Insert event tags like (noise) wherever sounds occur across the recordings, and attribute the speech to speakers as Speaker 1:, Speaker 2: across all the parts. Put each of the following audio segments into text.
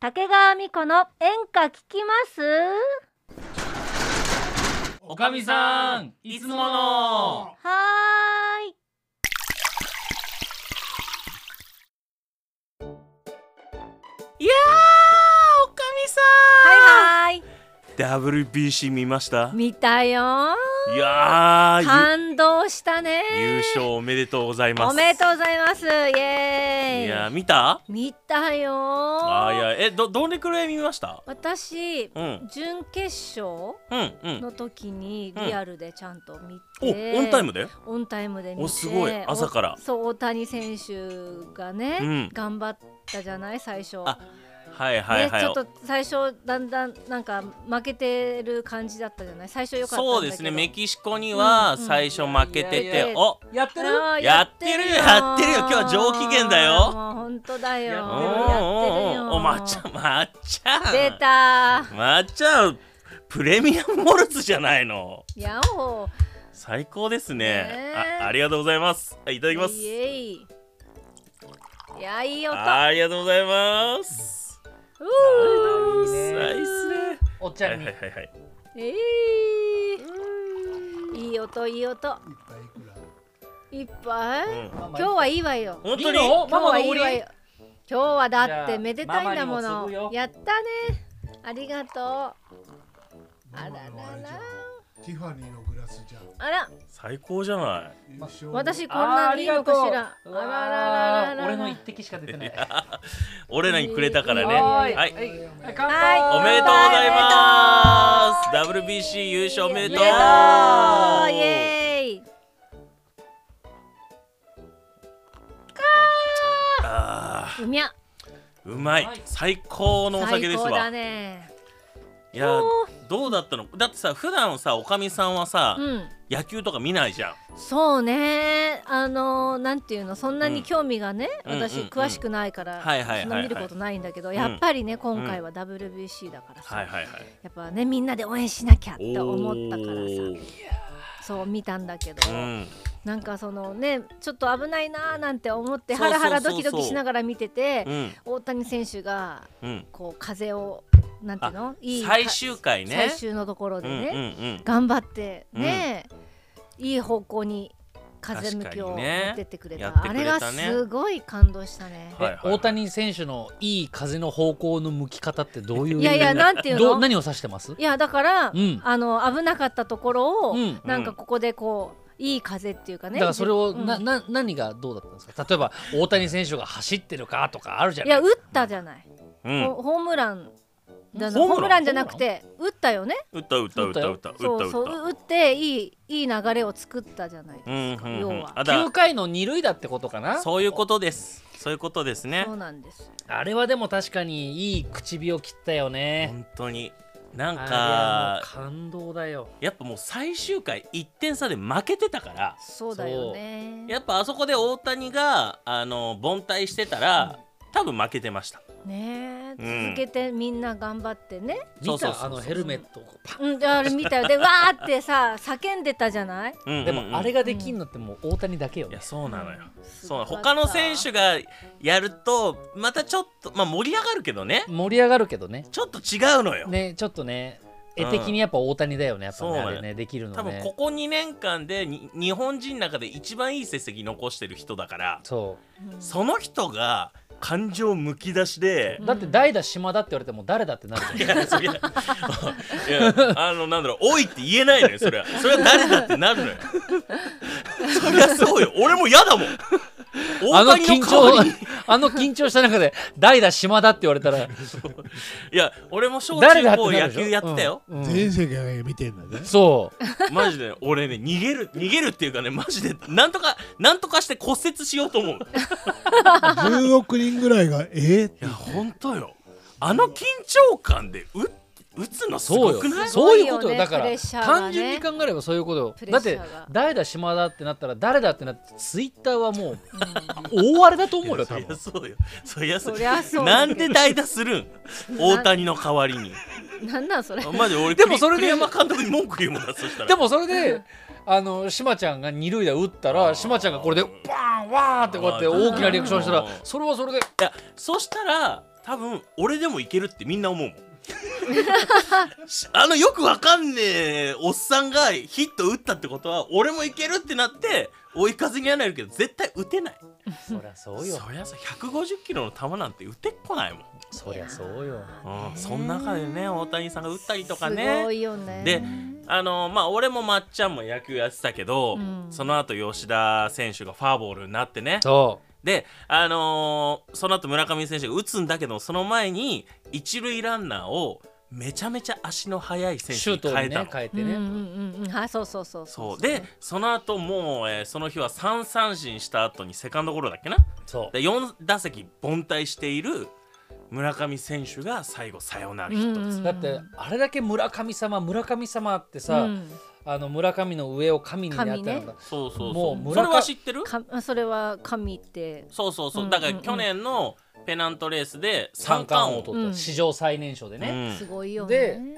Speaker 1: 竹川美子の演歌聞きます
Speaker 2: おかみさんいつもの
Speaker 1: はーい
Speaker 3: いやーおかみさ
Speaker 1: はいはい
Speaker 4: WBC 見ました
Speaker 1: 見たよー
Speaker 4: いやー
Speaker 1: 感動したね
Speaker 4: ゆ優勝おめでとうございます
Speaker 1: おめでとうございますイエーイ
Speaker 4: いやー見た
Speaker 1: 見たよー
Speaker 4: あーいやえどどれくらい見ました
Speaker 1: 私
Speaker 4: うん
Speaker 1: 準決勝
Speaker 4: うんうん
Speaker 1: の時に
Speaker 4: うん
Speaker 1: リアルでちゃんと見
Speaker 4: お
Speaker 1: て、
Speaker 4: オンタイムで
Speaker 1: オンタイムで見て
Speaker 4: おすごい朝から
Speaker 1: おそう大谷選手がね、
Speaker 4: うん
Speaker 1: 頑張ったじゃない最初
Speaker 4: あはいはいはい、
Speaker 1: ね、ちょっと最初だんだんなんか負けてる感じだったじゃない最初良かったんだけど
Speaker 4: そうですねメキシコには
Speaker 1: うんうん
Speaker 4: 最初負けてて、
Speaker 3: いや
Speaker 1: いやいや
Speaker 4: お
Speaker 3: んやってる
Speaker 1: あー
Speaker 4: やってるよやってるよ今日は上機嫌だよ
Speaker 1: もう本当だよ
Speaker 3: や
Speaker 4: お
Speaker 3: っ
Speaker 4: ー
Speaker 3: てる
Speaker 1: やってる
Speaker 4: おー
Speaker 1: よ
Speaker 4: おーまっちゃんまっちゃん
Speaker 1: 出た
Speaker 4: まっちゃんプレミアムモルツじゃないの
Speaker 1: やおい
Speaker 4: 最高ですね
Speaker 1: ねえ
Speaker 4: あありがとうございますはいいただきます
Speaker 1: イエイいやいい音
Speaker 4: あーありがとうございます
Speaker 1: う
Speaker 3: ーいいね
Speaker 4: ナイスね
Speaker 3: おっち
Speaker 4: は
Speaker 3: ゃ
Speaker 4: い
Speaker 3: ん
Speaker 4: はい
Speaker 3: に、
Speaker 4: はいはい
Speaker 1: ーえー、いい音いい音
Speaker 5: いっぱいいくら
Speaker 1: いっぱい、
Speaker 4: うん
Speaker 3: 今
Speaker 1: 今日はいいわよ
Speaker 4: 本当
Speaker 3: いい
Speaker 4: に
Speaker 3: の
Speaker 1: 今
Speaker 3: マ
Speaker 1: 日
Speaker 3: マ
Speaker 1: はい
Speaker 3: の
Speaker 1: い
Speaker 3: おり
Speaker 1: わよ今日はだっ
Speaker 3: じゃ
Speaker 1: て
Speaker 3: あ
Speaker 1: めでたいんだも
Speaker 3: ママにも
Speaker 1: の
Speaker 3: 継ぐよ
Speaker 1: やったねありがとうあらら
Speaker 5: ママのあれじゃ
Speaker 1: ら
Speaker 5: んティファニーのグラスじゃん
Speaker 1: あら
Speaker 4: 最高じゃない
Speaker 5: 優勝
Speaker 1: 私こん
Speaker 3: あー
Speaker 1: な
Speaker 3: あ
Speaker 1: にいい
Speaker 3: りが
Speaker 1: の
Speaker 3: とう
Speaker 1: かしらあ
Speaker 3: う
Speaker 1: ら
Speaker 3: わー
Speaker 1: らららら
Speaker 3: 俺の一滴しか出て
Speaker 1: (laughs)
Speaker 3: ない
Speaker 4: 俺らにくれたからね
Speaker 1: いいよ
Speaker 4: はい
Speaker 3: は
Speaker 5: はい
Speaker 3: はい
Speaker 5: 乾
Speaker 3: 乾
Speaker 1: 杯
Speaker 3: 杯
Speaker 4: おめでとうございます WBC 優勝おめでとう
Speaker 1: イエーイ
Speaker 4: あ
Speaker 1: うみゃ
Speaker 4: ーうまい最高のお酒
Speaker 1: 最
Speaker 4: です
Speaker 1: 高だ
Speaker 4: わ
Speaker 1: ね
Speaker 4: いやどうだったのだってさ普段さおかみさんはさ
Speaker 1: うん
Speaker 4: 野球とか見ないじゃん
Speaker 1: そうねあのなんていうのそんな
Speaker 4: う
Speaker 1: に
Speaker 4: ん
Speaker 1: 興味がね、
Speaker 4: うんうんうん
Speaker 1: 私詳しくないから、
Speaker 4: はいはいはいはい
Speaker 1: そんな見ることないんだけど、やっぱりね今回は WBC だからさ、
Speaker 4: はいはいはい
Speaker 1: やっぱねみんなで応援しなきゃって
Speaker 4: お
Speaker 1: 思ったから
Speaker 4: ー
Speaker 1: さそう見たんだけど、
Speaker 4: うん
Speaker 1: なんかそのねちょっと危ないなーなんて思って
Speaker 4: そう
Speaker 1: ハ
Speaker 4: そう
Speaker 1: ラ
Speaker 4: そ
Speaker 1: ハ
Speaker 4: うそう
Speaker 1: ラドキドキしながら見てて、
Speaker 4: うん
Speaker 1: 大谷選手が
Speaker 4: うん
Speaker 1: こう風をなんていうのいい
Speaker 4: 最終回ね
Speaker 1: 最終のところで
Speaker 4: うんうん
Speaker 1: ね、
Speaker 4: うん
Speaker 1: 頑張ってね、いい方向に風向き
Speaker 4: 確
Speaker 1: を
Speaker 4: かに
Speaker 1: 持
Speaker 4: ね
Speaker 1: ってってくれた,、
Speaker 4: やって
Speaker 1: あ
Speaker 4: く
Speaker 1: れ
Speaker 4: れ
Speaker 1: が
Speaker 4: たね
Speaker 1: すごい感動したね。
Speaker 4: はいはいはい
Speaker 3: 大谷選手のいい風の方向の向き方ってどういう
Speaker 1: いやいやなんていう
Speaker 3: どう
Speaker 1: の
Speaker 3: 何を指してます
Speaker 1: いやだから、
Speaker 3: うん
Speaker 1: あの危なかったところを、
Speaker 3: うん
Speaker 1: なんかここでこういい風っていうかね
Speaker 3: だからそれを、
Speaker 1: うん
Speaker 3: なな何がどうだったんですか例えば大谷選手が走ってるかとかあるじゃ
Speaker 1: い
Speaker 3: な
Speaker 1: や
Speaker 3: い
Speaker 1: 打ったじゃない、
Speaker 4: うん
Speaker 1: ホホームランだな
Speaker 4: ホームラン
Speaker 1: ホームランじゃなくて打ったよね
Speaker 4: 打った打った打った打った打った
Speaker 1: そ
Speaker 4: 打
Speaker 1: う
Speaker 4: っ
Speaker 1: そう
Speaker 4: た
Speaker 1: 打っていいいい流れを作ったじゃない
Speaker 4: う
Speaker 1: で
Speaker 4: ん
Speaker 1: す
Speaker 4: う
Speaker 1: か、
Speaker 4: んう
Speaker 1: 要
Speaker 4: ん
Speaker 1: は
Speaker 4: あ
Speaker 3: 9
Speaker 4: だ
Speaker 3: 回の二塁打ってことかな
Speaker 4: そういうことですそういうことですね
Speaker 1: そうなんですよ
Speaker 3: あれはでも確かにいい口火を切ったよね
Speaker 4: 本当になん
Speaker 3: あ
Speaker 4: か
Speaker 3: れはもう感動だよ
Speaker 4: やっぱもう最終回1点差で負けてたから
Speaker 1: そうだよね
Speaker 4: やっぱあそこで大谷があの凡退してたら多分負けてました
Speaker 1: ねえ、
Speaker 4: うん
Speaker 1: 続けてみんな頑張ってね
Speaker 3: 見
Speaker 4: そうそうそう
Speaker 3: たあのヘルメットをこうパン
Speaker 1: うんであれ見たよでわーってさ叫んでたじゃない
Speaker 3: でもあれ
Speaker 4: が
Speaker 3: ができんのってもう大谷だけよ
Speaker 4: い
Speaker 3: ね
Speaker 4: やそうなのよ
Speaker 1: す
Speaker 4: そう
Speaker 1: ごかった
Speaker 4: 他の選手がやるとまたちょっとまあ盛り上がるけどね
Speaker 3: 盛り上がるけどね
Speaker 4: ちょっと違うのよ
Speaker 3: ねちょっとね
Speaker 4: う
Speaker 3: 絵
Speaker 4: ん
Speaker 3: 的にやっぱ大谷だよねやっぱ
Speaker 4: そう
Speaker 3: ね
Speaker 4: なの
Speaker 3: あ
Speaker 4: よ
Speaker 3: れねできるの
Speaker 4: 多分
Speaker 3: ね
Speaker 4: ここ2年間でに日本人の中で一番いい成績残してる人だから
Speaker 3: そ
Speaker 1: うん
Speaker 4: その人が感情むき出しで
Speaker 3: うだって代打島だって言われても誰だってなる
Speaker 4: (laughs) い
Speaker 3: じゃん
Speaker 4: やそりゃいやあのなんだろう「おい」って言えないのよそれはそれは誰だってなるのよそりゃそうよ俺も嫌だもん
Speaker 3: あ
Speaker 4: 大
Speaker 3: の
Speaker 4: 谷
Speaker 3: 緊
Speaker 4: の代わり
Speaker 3: 張 (laughs) あの緊張した中で代打島だって言われた
Speaker 4: (laughs)
Speaker 3: ら
Speaker 4: いや俺も小
Speaker 3: 誰だ
Speaker 4: 中
Speaker 3: って
Speaker 4: 高野
Speaker 3: なるでしょ
Speaker 4: 球やってたよ、
Speaker 3: うんうん
Speaker 5: 全世界が見てんだね
Speaker 3: そう
Speaker 4: マジで俺ね逃げる逃げるっていうかねマジでなんとかなんとかして骨折しようと思う
Speaker 5: 10億人ぐらいがえー、
Speaker 4: いや本当よあの緊張感で打打つのす
Speaker 3: そう
Speaker 4: ご
Speaker 3: よ
Speaker 4: くない
Speaker 3: そういうことよだか
Speaker 1: プレ
Speaker 3: ら
Speaker 1: ッシャーがね
Speaker 3: 単純に考えればそういうことよ
Speaker 1: プレ
Speaker 3: だ
Speaker 1: ッ
Speaker 3: っ
Speaker 1: シャー
Speaker 3: て
Speaker 1: が
Speaker 3: 代打島だってなったら誰だってなってツイッターはもう大荒れだと思うよ多
Speaker 4: そりゃ
Speaker 3: 分
Speaker 4: そうよそりゃそう
Speaker 1: そりゃそうだ
Speaker 4: な
Speaker 1: け
Speaker 4: ん
Speaker 1: ど
Speaker 4: で代打するん大谷の代わりに
Speaker 1: なんなんそれ
Speaker 4: あマジ俺
Speaker 3: でもそれで
Speaker 4: 栗栗山監督に文句言うもんなそしたら
Speaker 3: (laughs) でもそれであの島ちゃんが二塁打打った
Speaker 4: あ
Speaker 3: ら
Speaker 4: ー
Speaker 3: 島ちゃんがこれでバーンわーってこうやって
Speaker 4: あー
Speaker 3: 大きなリアクションした
Speaker 4: あ
Speaker 3: ら
Speaker 4: ー
Speaker 3: それはそれで
Speaker 4: いやそしたら多分俺でもいけるってみんな思うもん (laughs) あのよくわかんねえおっさんがヒット打ったってことは俺もいけるってなって追い風にはなるけど絶対打てない
Speaker 3: そりゃそ
Speaker 4: そう
Speaker 3: よ
Speaker 4: りゃそう150キロの球なんて打てっこないもん
Speaker 3: そりゃそうよ
Speaker 4: うん、その中でね大谷さんが打ったりとか
Speaker 1: すご
Speaker 4: ね
Speaker 1: いよね
Speaker 4: であのまあ俺もまっちゃんも野球やってたけど、
Speaker 1: うん
Speaker 4: その後吉田選手がファーボールになってね
Speaker 3: そ
Speaker 4: であのーその後村上選手が打つんだけどその前に一塁ランナーをめちゃめちゃ足の速いう選
Speaker 3: シュ
Speaker 4: 手
Speaker 3: ート
Speaker 4: に
Speaker 3: に
Speaker 4: 変えた
Speaker 3: ね
Speaker 4: の。
Speaker 3: 変え
Speaker 1: う
Speaker 3: て
Speaker 1: んうん
Speaker 3: ね
Speaker 1: うんうんはいそうそうそう
Speaker 4: そうでその後もう、えーその日は3三振した後にセカンドゴロだっけな
Speaker 3: そう
Speaker 4: で4打席凡退している村上選手が最後サヨナラヒット打つ、
Speaker 3: だってあれだけ村神様村神様ってさ、
Speaker 1: うん
Speaker 3: あの村上の上を神になった
Speaker 1: 神
Speaker 3: の
Speaker 1: ね
Speaker 3: が、
Speaker 4: そうそう
Speaker 3: も
Speaker 4: そうう
Speaker 3: 村
Speaker 4: それは
Speaker 3: か
Speaker 4: 知ってる
Speaker 1: かあそれは神って
Speaker 4: そうそうそううんだか
Speaker 1: うん
Speaker 4: ら
Speaker 1: うん
Speaker 4: 去年のペナントレースで
Speaker 3: 三
Speaker 4: 三
Speaker 3: 冠
Speaker 4: 冠
Speaker 3: 王
Speaker 4: 王と
Speaker 3: 取った、
Speaker 1: うん
Speaker 3: 史上最年少でね、
Speaker 1: すごいよ
Speaker 3: で
Speaker 1: ね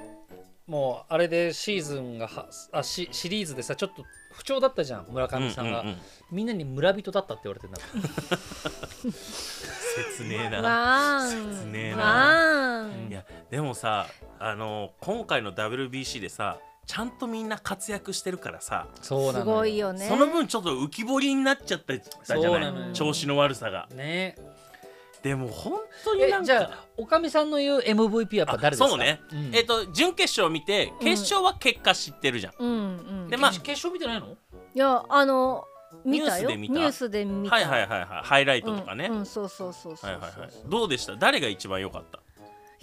Speaker 3: もうあれでシーズンがはあシシリーズでさちょっと不調だったじゃん村上さんが、
Speaker 4: ううう
Speaker 3: みんなに村人だったって言われてんだから
Speaker 4: 切ねえな
Speaker 1: わ
Speaker 4: 切ねえ
Speaker 1: ーん
Speaker 4: な
Speaker 1: わーん
Speaker 4: いやでもさあの今回の WBC でさちゃんとみんな活躍してるからさ、
Speaker 3: そうなの
Speaker 1: すごいよね
Speaker 4: その分ちょっと浮き彫りになっちゃったじゃ
Speaker 3: そ
Speaker 4: な
Speaker 3: うないのよ
Speaker 4: 調子の悪さが
Speaker 3: ね
Speaker 4: でも本当に
Speaker 3: え
Speaker 4: なんか
Speaker 3: じゃあおかみさんの言う MVP はやっぱ誰ですか
Speaker 4: そうね、
Speaker 3: ん
Speaker 4: えっと準決勝見て決勝は結果知ってるじゃん、
Speaker 1: うんうん
Speaker 4: で
Speaker 1: い
Speaker 4: まあ
Speaker 3: 決勝見てないの
Speaker 1: やあの見たよ
Speaker 4: ニュースで見た
Speaker 1: ニュースで見た
Speaker 4: はいはいはいはいハイライトとかね、
Speaker 1: うんうんそうそうそうそう
Speaker 4: は
Speaker 1: そ
Speaker 4: いうはいはいどうでした誰が一番良かった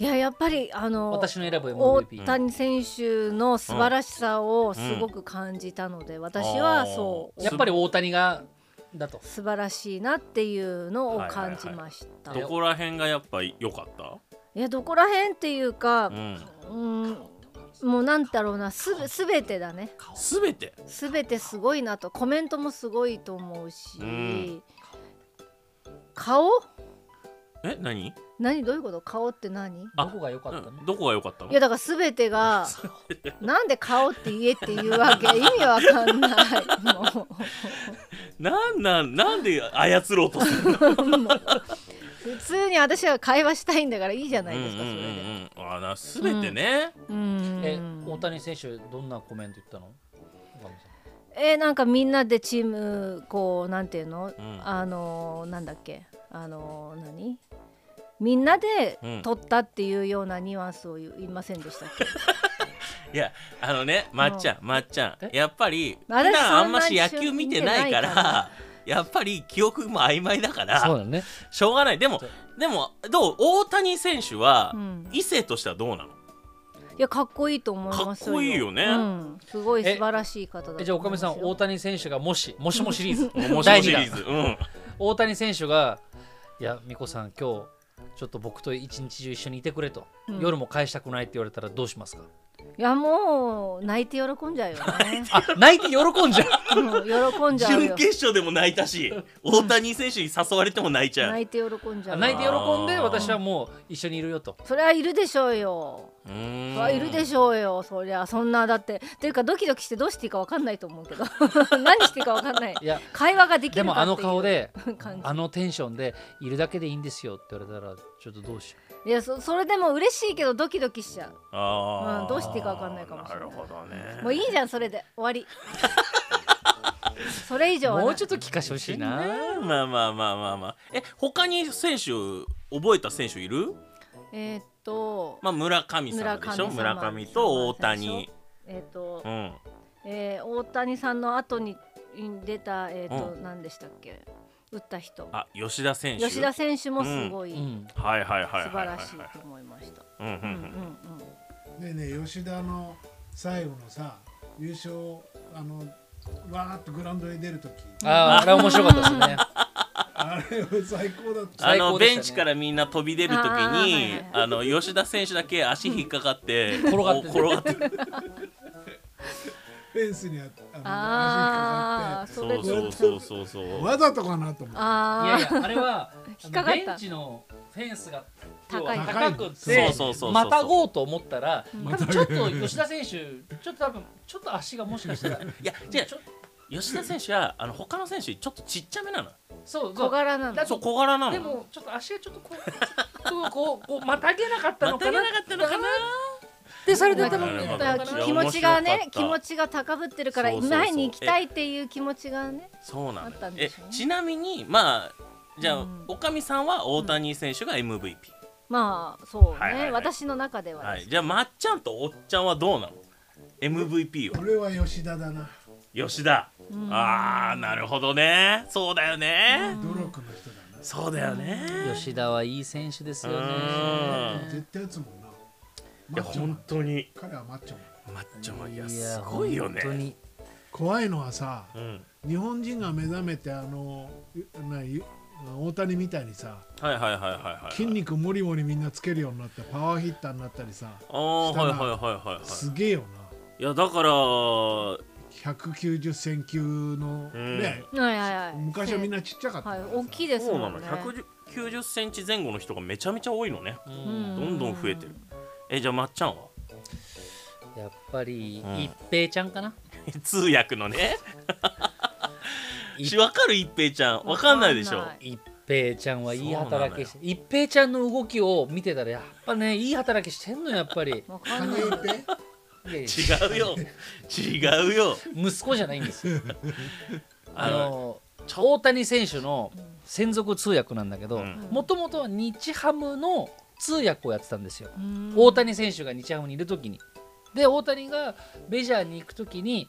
Speaker 1: いややっぱりあの
Speaker 3: 私の選ぶ
Speaker 1: 大
Speaker 3: MVP
Speaker 1: 谷選手の素晴らしさをすごく感じたので、私はそう
Speaker 3: やっぱり大谷がだと
Speaker 1: 素晴らしいなっていうのを感じました、
Speaker 4: ど
Speaker 1: い
Speaker 4: こら辺がやっぱ良かっ
Speaker 1: やどこら辺っていうか
Speaker 4: た、うん、
Speaker 1: うん、もうなんだろうなすべすべてだね
Speaker 4: 全て
Speaker 1: すべてすごいなとコメントもすごいと思うし、
Speaker 4: うん
Speaker 1: 顔
Speaker 4: え何
Speaker 1: 何どういうこと顔って何
Speaker 4: あ
Speaker 3: どこが良かったの、
Speaker 4: うんどこが良かったの
Speaker 1: いやだから (laughs) すべてがなんで顔って言えって言うわけ意味わかんないもう。
Speaker 4: なんなんなんで操ろうとする
Speaker 1: 普通に私は会話したいんだからいいじゃ (laughs) ないですか、
Speaker 4: うん
Speaker 1: そ
Speaker 4: うん
Speaker 1: れで。
Speaker 4: うんうんあな全てね、
Speaker 1: うん
Speaker 3: え大谷選手どんなコメント言ったのおかみさん
Speaker 1: えなんかみんなでチームこうなんていうの、
Speaker 4: うん
Speaker 1: あのーなんだっけあのー何みんなで取ったっていうようなニュアンスを言いませんでしたっけ、
Speaker 4: いやあのねまっちゃんまっちゃん
Speaker 3: え
Speaker 4: やっぱり普
Speaker 1: 私
Speaker 4: 段あ
Speaker 1: そ
Speaker 4: ん
Speaker 1: んな
Speaker 4: まし
Speaker 1: に
Speaker 4: 野球見てないから
Speaker 1: 見てないか
Speaker 4: やっぱり記憶も曖昧だから
Speaker 3: だね
Speaker 4: しょうがないでも
Speaker 3: そう
Speaker 4: でもどう大谷選手は、
Speaker 1: うん
Speaker 4: 異性としてはどうなの
Speaker 1: いやかっこいいと思いますよ
Speaker 4: かっこいいよね
Speaker 1: うん、すごい素晴らしい方だ
Speaker 3: えじゃあおかみさん大
Speaker 1: 谷
Speaker 3: 谷選手がもしもしもシリーズ
Speaker 4: (laughs) 面白
Speaker 3: 第
Speaker 4: いシ
Speaker 3: 二
Speaker 4: リ
Speaker 3: 弾
Speaker 4: ーズ
Speaker 1: (laughs)
Speaker 4: うん
Speaker 3: 大谷選手が「いや美子さん今日ちょっと僕と一日中一緒にいてくれと」
Speaker 1: うん
Speaker 3: 夜も返したくない」って言われたらどうしますか
Speaker 1: いやもう泣いて喜んじゃうよ
Speaker 4: (laughs)
Speaker 1: ね、
Speaker 3: あ泣いて喜んじゃう
Speaker 1: うん、喜んじゃう
Speaker 4: 準
Speaker 1: よ
Speaker 4: 決勝でも泣いた
Speaker 1: (laughs)
Speaker 4: し大谷選手に誘われても泣いちゃう、
Speaker 1: 泣いて喜んじゃ
Speaker 3: あ
Speaker 1: う
Speaker 3: 泣いて喜んで
Speaker 4: あー
Speaker 3: 私はもう一緒にいるよと
Speaker 1: そりゃいるでしょうよ
Speaker 4: うーん
Speaker 1: そりゃいるでしょうよそりゃそんなだってっていうかドキドキしてどうしていいかわかんないと思うけど (laughs) 何していいかわかんない
Speaker 3: いや
Speaker 1: 会話ができ
Speaker 3: で
Speaker 1: るかっていう
Speaker 3: もあの顔で
Speaker 1: 感
Speaker 3: あのテンションでいるだけでいいんですよって言われたらちょっとどうしよう
Speaker 1: じいやそそれでも嬉しいけどドキドキしちゃう
Speaker 4: あー、
Speaker 1: うんどうしていいかわかんないかもしれない
Speaker 4: なるほどね
Speaker 1: もういいじゃんそれで終わりそれ以上はない
Speaker 3: もうちょっと聞かしてほしいな
Speaker 4: ねまあまあまあまあまあえ他に選手覚えた選手いる
Speaker 1: えーっと、
Speaker 4: まあ村上さんでしょ
Speaker 1: 村
Speaker 4: 村
Speaker 1: 上
Speaker 4: 上
Speaker 1: 様
Speaker 4: と大谷
Speaker 1: えーっと
Speaker 4: う、ん
Speaker 1: えー大谷さんの後に出たえーっと、
Speaker 4: う
Speaker 1: 何でしたっけ打った人
Speaker 4: あ吉田選手
Speaker 1: 吉田選手もすごい、
Speaker 3: うん
Speaker 4: はいはいはい
Speaker 1: 素
Speaker 4: はいはい
Speaker 1: 晴
Speaker 4: はい
Speaker 1: らしいと思いました。
Speaker 4: うんうん
Speaker 1: う
Speaker 4: う
Speaker 1: んうん
Speaker 4: ん
Speaker 1: うん
Speaker 5: ねえねえ吉田の最後のさ優勝あのわーっとグラウンドに出るとき
Speaker 3: あーあれ面白かったですね
Speaker 5: あれ最高だった
Speaker 4: あ
Speaker 3: 最
Speaker 4: の
Speaker 3: 高でした
Speaker 4: ベ
Speaker 3: ね
Speaker 4: ンチからみんな飛び出るときに
Speaker 1: あーはいはい
Speaker 4: あの吉田選手だけ足引っかかって
Speaker 1: (laughs)
Speaker 3: 転がってる
Speaker 4: こう転がってる
Speaker 5: フェンスにああの
Speaker 1: ああ、
Speaker 5: 足
Speaker 1: そ
Speaker 4: そ
Speaker 1: れ
Speaker 4: うそうそうそうそ
Speaker 5: 引っかかって
Speaker 4: う
Speaker 5: わざとかなと思
Speaker 1: (laughs)
Speaker 5: って
Speaker 1: ああ、
Speaker 3: いやいやあれは
Speaker 1: 引っかかった
Speaker 3: ベンチのフェンスが
Speaker 1: 高い
Speaker 3: 高く
Speaker 4: そう
Speaker 3: て
Speaker 4: そうそう
Speaker 3: またごうと思ったら
Speaker 1: ん (laughs)
Speaker 3: 多分ちょっと吉田選手ちょっと多分ちょっと足がもしかしたら
Speaker 4: いやじゃあ
Speaker 3: ちょ
Speaker 4: 吉田選手はあの他の選手よりちょっとちっちゃめなの
Speaker 6: そうそ
Speaker 1: 小
Speaker 6: う
Speaker 1: 柄なの
Speaker 6: だ
Speaker 4: そう小柄な
Speaker 6: で
Speaker 4: の
Speaker 6: もちょっと足がちょっとこうこうこうこうまたげなかった
Speaker 4: ま
Speaker 6: の
Speaker 4: た
Speaker 6: か
Speaker 4: げ
Speaker 6: な
Speaker 4: なかったのかな
Speaker 6: でそれで
Speaker 1: だ
Speaker 6: 多
Speaker 1: か
Speaker 6: 分
Speaker 4: なるほど
Speaker 1: ら
Speaker 4: なるほど
Speaker 1: 気持ちが
Speaker 4: 面白か
Speaker 1: ね
Speaker 4: った
Speaker 1: 気持ちが高ぶってるから
Speaker 4: そうそうそう
Speaker 1: 前に行きたいっていう気持ちがね
Speaker 4: そうな
Speaker 1: あ
Speaker 4: の
Speaker 1: ったんで
Speaker 4: え
Speaker 1: しょうね
Speaker 4: ちなみにまあじゃあ、
Speaker 1: うん
Speaker 4: おかみさんは大谷選手が MVP、
Speaker 1: まあそう
Speaker 4: はいはいは
Speaker 1: ね
Speaker 4: い
Speaker 1: 私の中では
Speaker 4: は
Speaker 1: で
Speaker 4: い、
Speaker 1: す
Speaker 4: じゃあまっちゃんとおっちゃんはどうなの MVP は
Speaker 5: 俺は吉田だな
Speaker 4: 吉田、
Speaker 1: うん
Speaker 4: ああなるほどねそうだよね、
Speaker 5: 努力の人だな
Speaker 4: そうだよね
Speaker 3: 吉田はいい選手ですよね
Speaker 4: う。
Speaker 5: 絶対打つもんないマ
Speaker 4: や
Speaker 5: ッチョマン
Speaker 4: 本当に
Speaker 5: 彼はマッチョマン
Speaker 4: マッチョマンいやすごいよね
Speaker 3: 本当に
Speaker 5: 怖いのはさ
Speaker 4: うん、
Speaker 5: 日本人が目覚めてあのゆなゆ大谷みたいにさ
Speaker 4: はいはいはいはいはい
Speaker 5: 筋肉もりもりみんなつけるようになってパワーヒッターになったりさ
Speaker 4: ああ
Speaker 5: した
Speaker 4: はい
Speaker 5: な
Speaker 4: はいはいはいはい
Speaker 5: すげえよない
Speaker 4: やだから
Speaker 5: 190セン級の
Speaker 4: うん
Speaker 5: ね
Speaker 1: はいはいはい
Speaker 5: 昔はみんなちっちゃかったか
Speaker 1: は
Speaker 5: ら
Speaker 1: い
Speaker 5: さ
Speaker 1: 大きいです
Speaker 4: そう
Speaker 1: も
Speaker 4: なんの
Speaker 1: ね
Speaker 4: 190センチ前後の人がめちゃめちゃ多いのね、
Speaker 1: うん
Speaker 4: どんどん増えてるえじゃあまっちゃんは (laughs)
Speaker 3: やっぱり
Speaker 4: うん
Speaker 3: 一平ちゃんかな。
Speaker 4: 通訳のね
Speaker 3: い
Speaker 4: しわかる一平ちゃんわかんないでしょ
Speaker 1: わかんない
Speaker 3: 一平ちゃんはいい働きし
Speaker 4: そ
Speaker 3: て一平ちゃんの動きを見てたらやっぱねいい働きしてんのやっ
Speaker 4: (laughs)
Speaker 3: ぱり
Speaker 1: わかんない
Speaker 5: 金井ペ
Speaker 3: いやいや
Speaker 4: 違うよ違うよ
Speaker 3: 息子じゃないんですよあ
Speaker 4: あの
Speaker 3: の大谷選手の専属通訳なんだけ
Speaker 4: う
Speaker 3: ど
Speaker 4: ん
Speaker 3: もともとは日ハムの通訳をやってたんですよ
Speaker 1: うん
Speaker 3: 大谷選手が日ハムにいる時にで大谷がメジャーに行く時に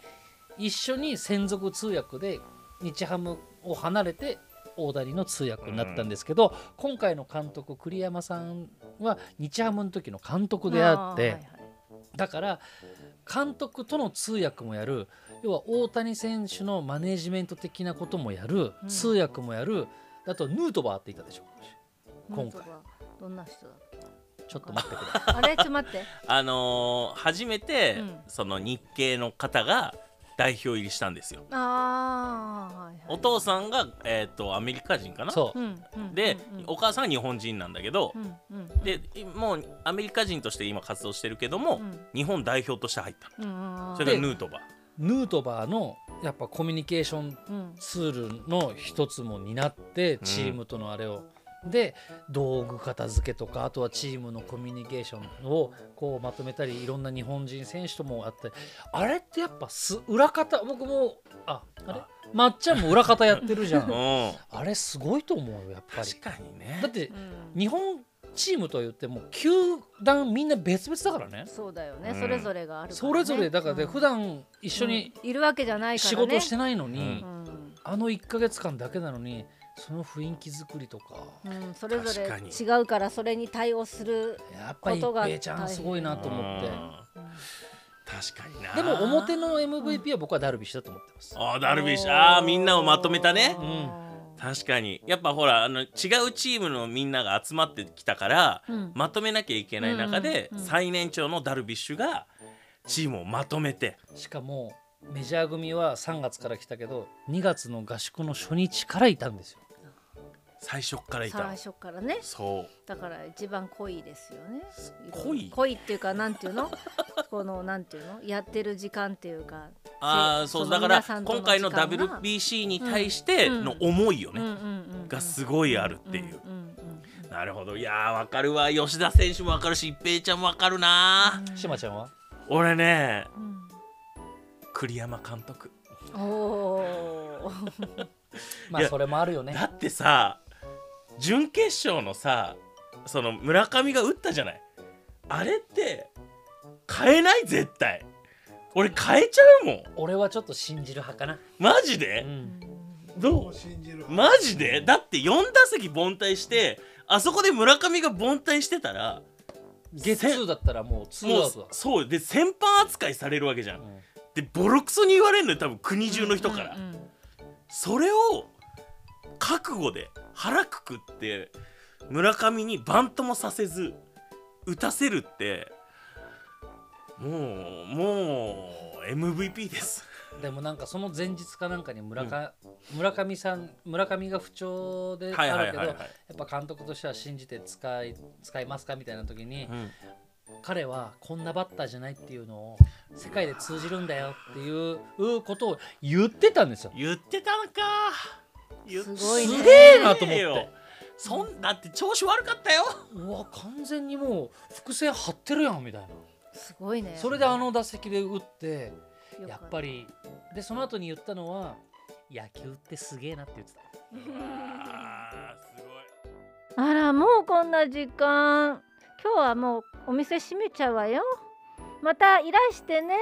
Speaker 3: 一緒に専属通訳で日ハムを離れて大谷の通訳になってたんですけど、今回の監督栗山さんは日ハムの時の監督であっ
Speaker 1: ーはい
Speaker 3: て
Speaker 1: はい
Speaker 3: だから監督との通訳もやる要は大谷選手のマネジメント的なこともやる、
Speaker 1: うん
Speaker 3: 通訳もやるあとヌートバーって言ったでしょ今
Speaker 1: ヌー
Speaker 3: 回
Speaker 1: トバーどんな人だ
Speaker 3: ちょっと待ってくれ
Speaker 1: (laughs) あれちょっと
Speaker 4: (laughs)
Speaker 1: 待って
Speaker 4: あのー初めて、
Speaker 1: うん
Speaker 4: その日系の方が代表入りしたんですよ
Speaker 1: ああはいはい
Speaker 4: お父さんが、えー、とアメリカ人かな
Speaker 3: そう、
Speaker 1: うんうん
Speaker 4: で、
Speaker 1: うん
Speaker 4: お母さんは日本人なんだけど
Speaker 1: う、んうんうん
Speaker 4: でいもうアメリカ人として今活動してるけども、
Speaker 1: うん
Speaker 4: 日本代表として入ったの
Speaker 1: うん
Speaker 4: それがヌートバー
Speaker 3: ヌートバーのやっぱコミュニケーション
Speaker 1: うん
Speaker 3: ツールの一つも担ってチームとのあれを、で道具片付けとかあとはチームのコミュニケーションをこうまとめたりいろんな日本人選手ともあってあれってやっぱす裏方僕もああれ
Speaker 4: あ
Speaker 3: まっちゃんも裏方やってるじゃん
Speaker 4: (laughs) うん
Speaker 3: あれすごいと思うよやっぱり
Speaker 4: 確かにね
Speaker 3: だって
Speaker 1: うん
Speaker 3: 日本チームとは言っても球団みんな別々だからね
Speaker 1: そうだよね、
Speaker 4: うん
Speaker 1: それぞれがあるから、
Speaker 3: そ
Speaker 1: ね、
Speaker 3: れぞれだからで
Speaker 1: うん
Speaker 3: 普段一緒に
Speaker 1: うんいるわけじゃないから、ね、
Speaker 3: 仕事してないのに、
Speaker 4: うん
Speaker 1: うん
Speaker 3: あの1ヶ月間だけなのにその雰囲気作りとか
Speaker 1: うん、それぞ
Speaker 4: 確かに
Speaker 1: れ違うからそれに対応する、
Speaker 3: やっぱり一
Speaker 1: ことが
Speaker 3: 平ちゃんすごいなと思って
Speaker 4: うん確かにな
Speaker 3: でも表の MVP は僕はダルビッシュだと思ってます
Speaker 4: あーダルビッシュあーみんなをまとめたね
Speaker 1: う
Speaker 4: 確かにやっぱほらあの違うチームのみんなが集まってきたから、
Speaker 1: うん
Speaker 4: まとめなきゃいけない中で、
Speaker 1: うんうんうん
Speaker 4: 最年長のダルビッシュがチームをまとめて
Speaker 3: しかもメジャー組は3月から来たけど2月の合宿の初日からいたんですよ
Speaker 4: 最初っからい
Speaker 1: 最
Speaker 4: た
Speaker 1: 初からね
Speaker 4: そう
Speaker 1: だから一番濃いですよね
Speaker 4: 濃い
Speaker 1: 濃いっていうかなんていうの (laughs) このなんていうのやってる時間っていうか
Speaker 4: あーそう
Speaker 1: その
Speaker 4: だから
Speaker 1: 皆さんとの
Speaker 4: 今回の
Speaker 1: 時間が
Speaker 4: WBC に対しての思いよね、
Speaker 1: うんうんうん
Speaker 4: がすごいあるっていう、
Speaker 1: うんうんうん
Speaker 4: なるほどいやーわかるわ吉田選手もわかるし一平ちゃんもわかるな
Speaker 3: 志麻ちゃんは
Speaker 4: 俺ね
Speaker 1: うん
Speaker 4: 栗山監督
Speaker 1: うん
Speaker 4: (laughs)
Speaker 1: おー
Speaker 3: ま
Speaker 4: い
Speaker 3: あ
Speaker 4: や
Speaker 3: それもあるよね
Speaker 4: だってさ準決勝のさその村上が打ったじゃないあれって変えない絶対俺変えちゃうもん
Speaker 3: 俺はちょっと信じる派かな、
Speaker 4: マジ
Speaker 3: う
Speaker 4: で、
Speaker 3: ん
Speaker 4: どう
Speaker 5: を信じる
Speaker 4: マジでだって4打席凡退してあそこで村上が凡退してたら
Speaker 3: 月2だったらもうツー
Speaker 4: も
Speaker 3: ア
Speaker 4: う
Speaker 3: ウトだ
Speaker 4: そうで先般扱いされるわけじゃん、
Speaker 3: うん
Speaker 4: でボロクソに言われるのよ多分国中の人から、
Speaker 1: うんうん
Speaker 4: それを覚悟で腹くくって村上にバントもさせず打たせるってもうもう MVP です
Speaker 3: でもなんかその前日かなんかに村か、村上さん村上が不調で
Speaker 4: はいは
Speaker 3: あ
Speaker 4: い
Speaker 3: る
Speaker 4: は
Speaker 3: け
Speaker 4: い
Speaker 3: ど
Speaker 4: はい
Speaker 3: やっぱ監督としては信じて使い使いますかみたいな時に、
Speaker 4: うん
Speaker 3: 彼はこんなバッターじゃないっていうのを世界で通じるんだよっていうことを言ってたんですよ。
Speaker 4: 言ってたのか言っ
Speaker 1: すごいね
Speaker 3: すげえなと思っ
Speaker 4: よ
Speaker 3: て。
Speaker 4: そんだって調子悪かったよ
Speaker 3: うわ完全にもう伏線張ってるやんみたいな。
Speaker 1: すごいね
Speaker 3: それであの打席で打って
Speaker 1: よか
Speaker 3: や
Speaker 1: た
Speaker 3: っぱりでその後に言ったのは野球ってすげえなって言ってた。
Speaker 4: あーすごい
Speaker 1: あらもうこんな時間今日はもうお店閉めちゃうわよまたいらしてね